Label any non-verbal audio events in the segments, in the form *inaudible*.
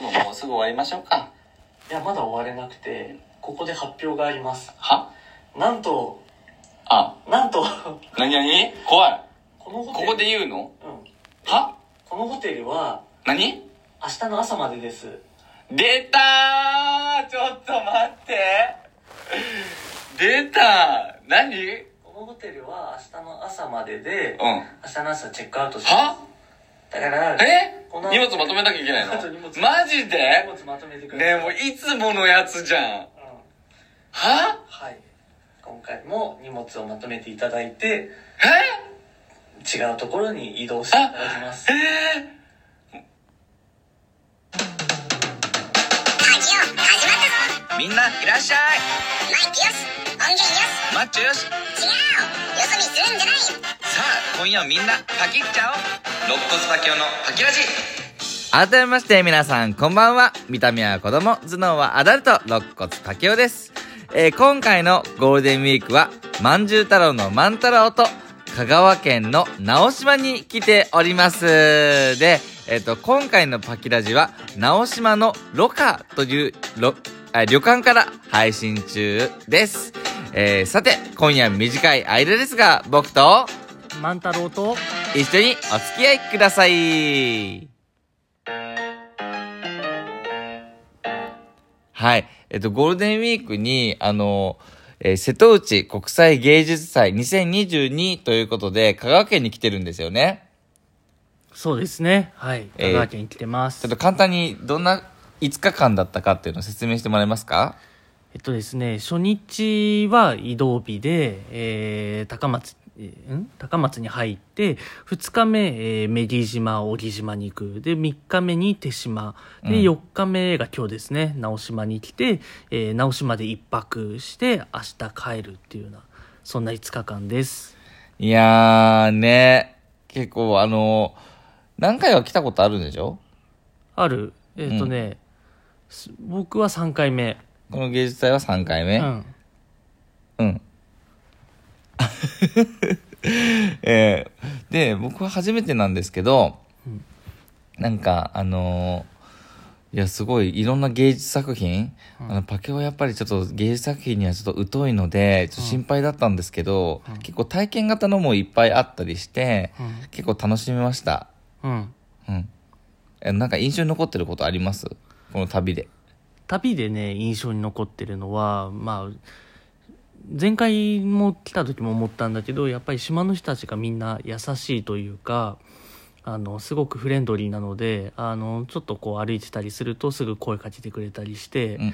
もうもうすぐ終わりましょうか。いやまだ終われなくてここで発表がありますはなんとあ、なんとなになに怖い。 *laughs* このホテこルこで言うのうん、はこのホテルはなに明日の朝までです出たーちょっと待って出たー何うん。このホテルは明日の朝まででは明日の朝チェックアウトしますだからえこの荷物まとめなきゃいけないのあと荷物マジで荷物まとめてくだねさいえ、もういつものやつじゃん。うんははい今回も荷物をまとめていただいてえ違うところに移動していただきますえーラジオ始まったぞみんないらっしゃいマイクよし音源よしマッチョよし違うよそ見するんじゃないよさあ、今夜はみんなパキっちゃおう肋骨パキオのパキラジ改めまして皆さんこんばんは見た目は子供頭脳はアダルト肋骨パケオです、えー今回のゴールデンウィークはまんじゅう太郎の万太郎と香川県の直島に来ておりますで、えっと今回のパキラジは直島のロカというろあ旅館から配信中です、えーさて今夜短い間ですが僕と万太郎と一緒にお付き合いください。はい。えっと、ゴールデンウィークに、あの、えー瀬戸内国際芸術祭2022ということで、香川県に来てるんですよね。そうですねはいえー香川県に来てます、ちょっと簡単に、どんな5日間だったかっていうのを説明してもらえますかえっとですね初日は移動日で、えー高松えーん高松に入って2日目、えー、女木島小木島に行くで3日目に手島で、うん4日目が今日ですね直島に来て、えー直島で1泊して明日帰るっていうようなそんな5日間ですいやーね、結構あの、何回は来たことあるんでしょあるえっ、とね、す僕は3回目、この芸術祭は3回目。うん、うん。 *laughs* えーで、僕は初めてなんですけど、なんか、あのーいや、すごい、いろんな芸術作品、あの、パケはやっぱりちょっと芸術作品にはちょっと疎いので、ちょっと心配だったんですけど、結構体験型のもいっぱいあったりして、うん結構楽しみました。うんうん。えなんか印象に残ってることありますこの旅で。旅でね印象に残ってるのはまあ前回も来た時も思ったんだけどやっぱり島の人たちがみんな優しいというかあのすごくフレンドリーなのであのちょっとこう歩いてたりするとすぐ声かけてくれたりして、うんうん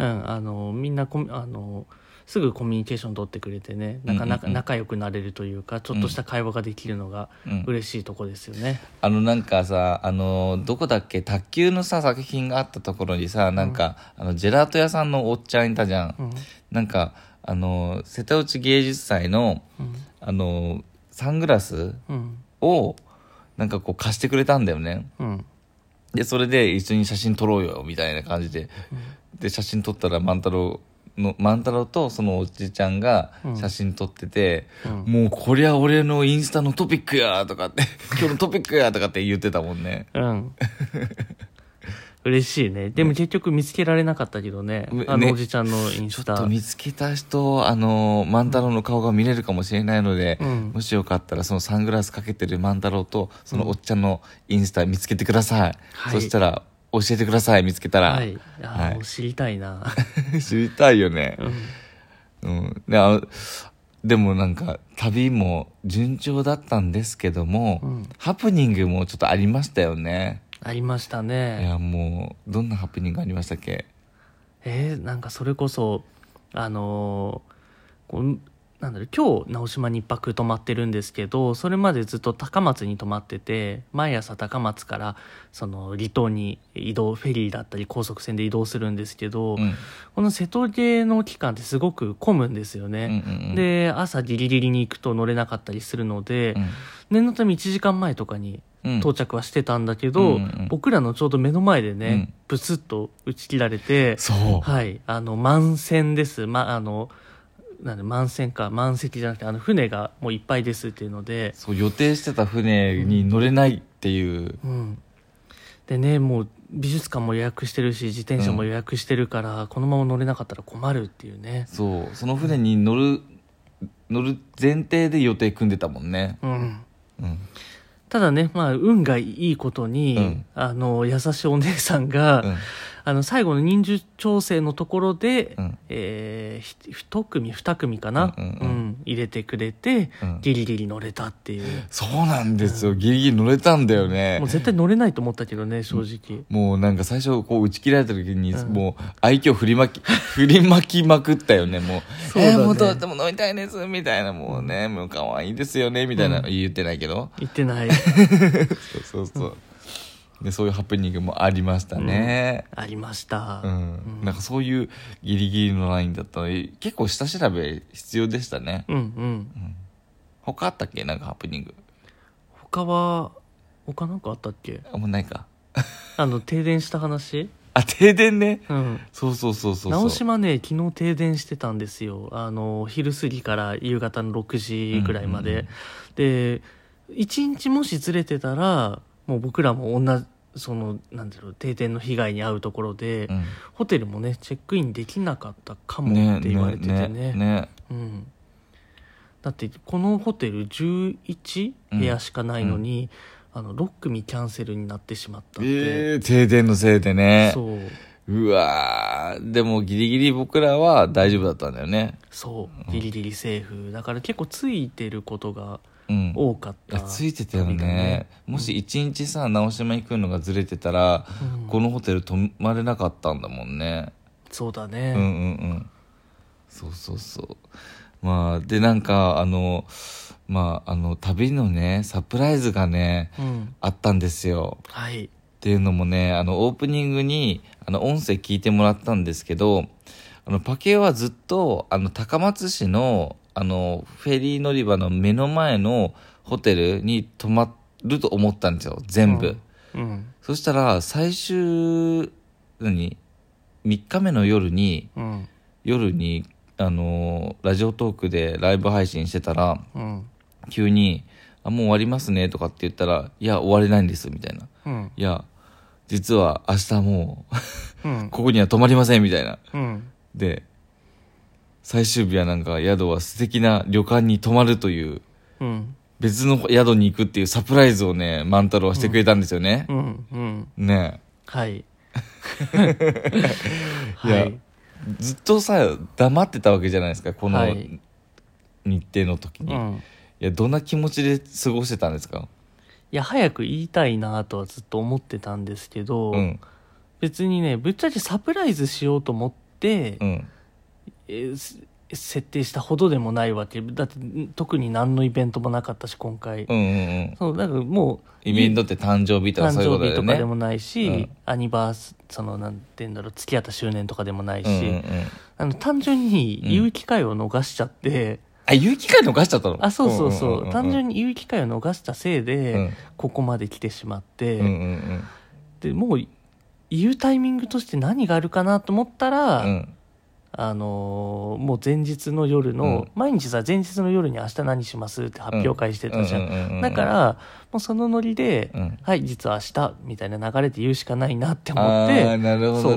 ううん。ん、あのみんなコミあのすぐコミュニケーション取ってくれてねなかなうんかうんうん仲良くなれるというかちょっとした会話ができるのがうん嬉しいとこですよね。あのなんかさあのどこだっけ卓球のさ作品があったところにさなんか、あのジェラート屋さんのおっちゃんいたじゃん、うんなんかあの瀬戸内芸術祭のうんあのサングラスうんをなんかこう貸してくれたんだよねうんでそれで一緒に写真撮ろうよみたいな感じで、で写真撮ったら万太郎の万太郎とそのおじちゃんが写真撮ってて、もうこりゃ俺のインスタのトピックやとかって今日のトピックやとかって言ってたもんねうん。嬉しいね。でも結局見つけられなかったけどね。ねあのおじちゃんのインちょスっとタ。見つけた人、あの、万太郎の顔が見れるかもしれないので、うんもしよかったら、そのサングラスかけてる万太郎と、そのおっちゃんのインスタ見つけてください。はいそしたら、教えてください、見つけたら。はい。あー、はいもう知りたいな。 *laughs* 知りたいよね。うんうん。であのでもなんか、旅も順調だったんですけども、うんハプニングもちょっとありましたよね。ありましたいね。や、もう、どんなハプニングありましたっけえー、なんかそれこそ、あのーこうなんだろう今日直島に一泊泊まってるんですけどそれまでずっと高松に泊まってて毎朝高松からその離島に移動フェリーだったり高速船で移動するんですけど、うん。この瀬戸芸の期間ってすごく混むんですよね、うんうんうんで朝ギリギリに行くと乗れなかったりするので、うん念のため1時間前とかにうん到着はしてたんだけうんど、うんうん僕らのちょうど目の前でね、うんブスッと打ち切られてそう。はいあの満船です、ま、あのなんで満船か満席じゃなくてあの船がもういっぱいですっていうので、そう予定してた船に乗れないっていう、うん、でねもう美術館も予約してるし自転車も予約してるから、このまま乗れなかったら困るっていうねそうその船に乗る乗る前提で予定組んでたもんねうんうんただね、まあ、運がいいことに、うんあの、優しいお姉さんが、うんあの、最後の人数調整のところで、うんえーひ一組、二組かな、ううんんうんうん入れてくれて、うんギリギリ乗れたっていう。そうなんですよ、ギリギリ乗れたんだよねもう絶対乗れないと思ったけどね、正直。もうなんか最初こう打ち切られた時にうんもう愛嬌振りまき、 *laughs* 振りまきまくったよね、もう。そうだねえーもうどうしても飲みたいです、みたいな、もうね、もう可愛いですよね、みたいな、うん言ってないけど。行って *laughs* ない。そうそうそう。で、そういうハプニングもありましたね。ありました。うん。なんかそういうギリギリのラインだったので、結構下調べ必要でしたね。うんうん。他あったっけなんかハプニング。他は、他なんかあったっけあ、もうないか。あの、停電した話あ、停電ね。うん。そうそうそうそうそう。直島ね昨日停電してたんですよあの昼過ぎから夕方の6時ぐらいまで、うんうんうんで1日もしずれてたらもう僕らも同じそのなんだろう停電の被害に遭うところで、うん。ホテルもねチェックインできなかったかもって言われててねね。ねうん、だってこのホテル11部屋しかないのに、あの6組キャンセルになってしまったって、えー、停電のせいでね。そううわー、でもギリギリ僕らは大丈夫だったんだよね。そうギリギリセーフだから結構ついてることがうん。多かった、あついてたよね。もし一日さ、直島行くのがずれてたら、うんこのホテル泊まれなかったんだもんね。そうだうんうんね、うん。そうそうそう。まあ、で、なんか、あの、まあ、あの、旅のね、サプライズがね、うんあったんですよ。はいっていうのもね、あの、オープニングに、あの、音声聞いてもらったんですけど、あの、パケオはずっと、あの、高松市の、あの、フェリー乗り場の目の前のホテルに泊まると思ったんですよ、全部。うんそしたら、最終、何 ?3 日目の夜に、うん夜に、あの、ラジオトークでライブ配信してたら、うん急に、あ、もう終わりますね、とかって言ったら、いや、終われないんです、みたいな。うんいや、実は明日もうう、 *laughs* んここには泊まりませんみたいな。うんで、最終日はなんか宿は素敵な旅館に泊まるという、うん別の宿に行くっていうサプライズをね、万太郎はしてくれたんですよねう。んうんねはい *laughs* いやはいえずっとさ、黙ってたわけじゃないですか、このはい日程の時に。ういんや、どんな気持ちで過ごしてたんですかいや早く言いたいなとはずっと思ってたんですけど、うん、別にねぶっちゃけサプライズしようと思って、うん、えーす設定したほどでもないわけだってん特に何のイベントもなかったし今回、うん、うんうん。そうなんかもうイベントって誕生日とか誕そうい生日うことだよとかね。でもないし、うんアニバースそのなんて言うんだろう付き合った周年とかでもないし、うんうんうん。あの単純にうん言う機会を逃しちゃって、あ、有機会逃しちゃったのあそうそうそう,、んんんん単純に言う機会を逃したせいで、うんここまで来てしまって、うんうんでもう言うタイミングとして何があるかなと思ったうら、んうんあのーもう前日の夜の、うん毎日さ前日の夜に明日何しますって発表会してたじゃん,、うんうんうんうんだからもうそのノリで、うんはい実は明日みたいな流れで言うしかないなって思あっーてなるほそうどね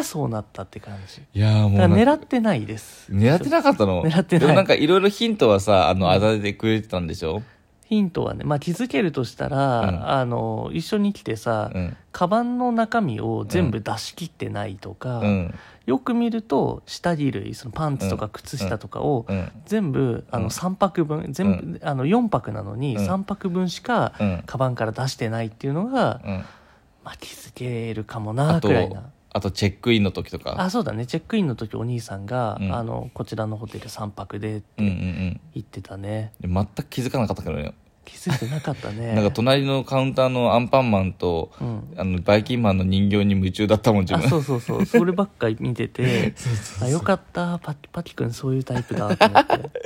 結果そうなったって感じいやーもうだからなん狙かってないです狙ってなかったの狙ってないでもなんかいろいろヒントはさあのあだでくれてたんでしょヒントはね、まあ、気づけるとしたら、うんあのー一緒に来てさ、うんカバンの中身を全部出し切ってないとか、うんよく見ると下着類そのパンツとか靴下とかを、うん全部あうんの3泊分、全部あの4泊なのにうん3泊分しかうんカバンから出してないっていうのが、うんまあ、気づけるかもあなとくらいなあとチェックインの時とあかそうだねチェックインの時お兄さんが、うんあのこちらのホテル3泊でってうんうんうん言ってたね、で全く気づかなかったけどね気づいてなかったね *laughs* なんか隣のカウンターのアンパンマンとうん、あのバイキンマンの人形に夢中だったもん自あ分そうそうそうそればっかり見て *laughs* てあよかったパキパキ君そういうタイプだと思って *laughs*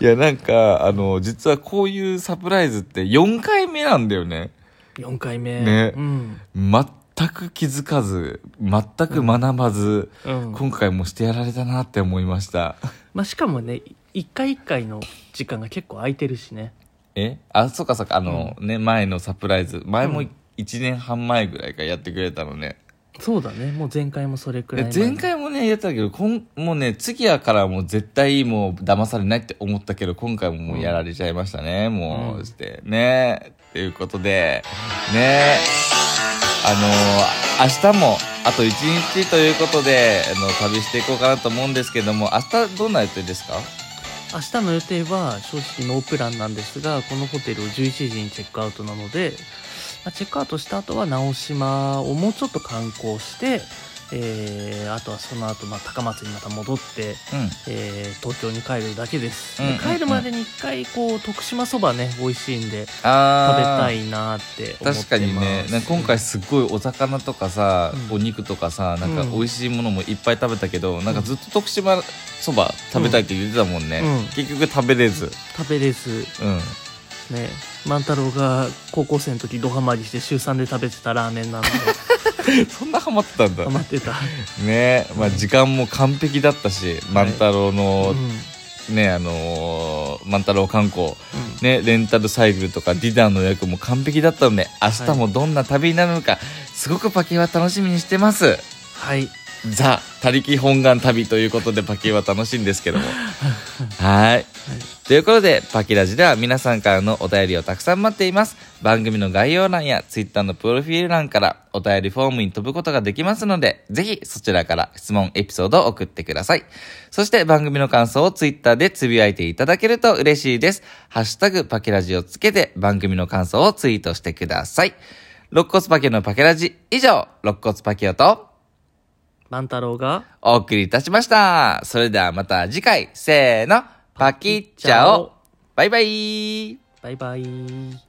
いやなんかあの実はこういうサプライズって4回目なんだよね4回目ねうん全く気づかず全く学ばず、うん今回もしてやられたなって思いましたまあ、しかもね1回1回の時間が結構空いてるしねえあそうかそうかあの、ね前のサプライズ前もうん1年半前ぐらいからやってくれたのね。そうだねもう前回もそれくらいでまで前回もね、やってたけど、こんもうね、次やからもう絶対もう騙されないって思ったけど、今回ももうやられちゃいましたね、もうう、んして。ねということで、ねあのー明日も、あと1日ということで、あの、旅していこうかなと思うんですけども、明日どんな予定ですか明日の予定は正直ノープランなんですがこのホテルを11時にチェックアウトなので、まあ、チェックアウトした後は直島をもうちょっと観光して、えーあとはその後、まあ高松にまた戻って、うん。えー東京に帰るだけです、うんうんうんで帰るまでに一回こう徳島そばね美味しいんで食べあたーいなって思ってます確かにねなんか今回すっごいお魚とかさ、うんお肉とかさなんかうん美味しいものもいっぱい食べたけど、なんかずっと徳島そば食べたいって言ってたもんね、うん結局食べれず食べれずうんね万太郎が高校生の時ドハマりして週3で食べてたラーメンなのでそん *laughs* なハマってたんだハマってた、ねまあ時間も完璧だったし万太郎うの、んねあのー万太郎観光ね、レンタルサイクルとかディナーの予約も完璧だったので明日もどんな旅になるのか、すごくパケは楽しみにしてますはい。ザ・他力本願旅ということでパキは楽しいんですけどもはいということでパキラジでは皆さんからのお便りをたくさん待っています番組の概要欄やツイッターのプロフィール欄からお便りフォームに飛ぶことができますのでぜひそちらから質問エピソードを送ってくださいそして番組の感想をツイッターでつぶやいていただけると嬉しいですハッシュタグパキラジをつけて番組の感想をツイートしてください肋骨パケのパケラジ以上肋骨パケオと万太郎が、お送りいたしました。それではまた次回、せーの、パキッチャオバイバイバイバイ。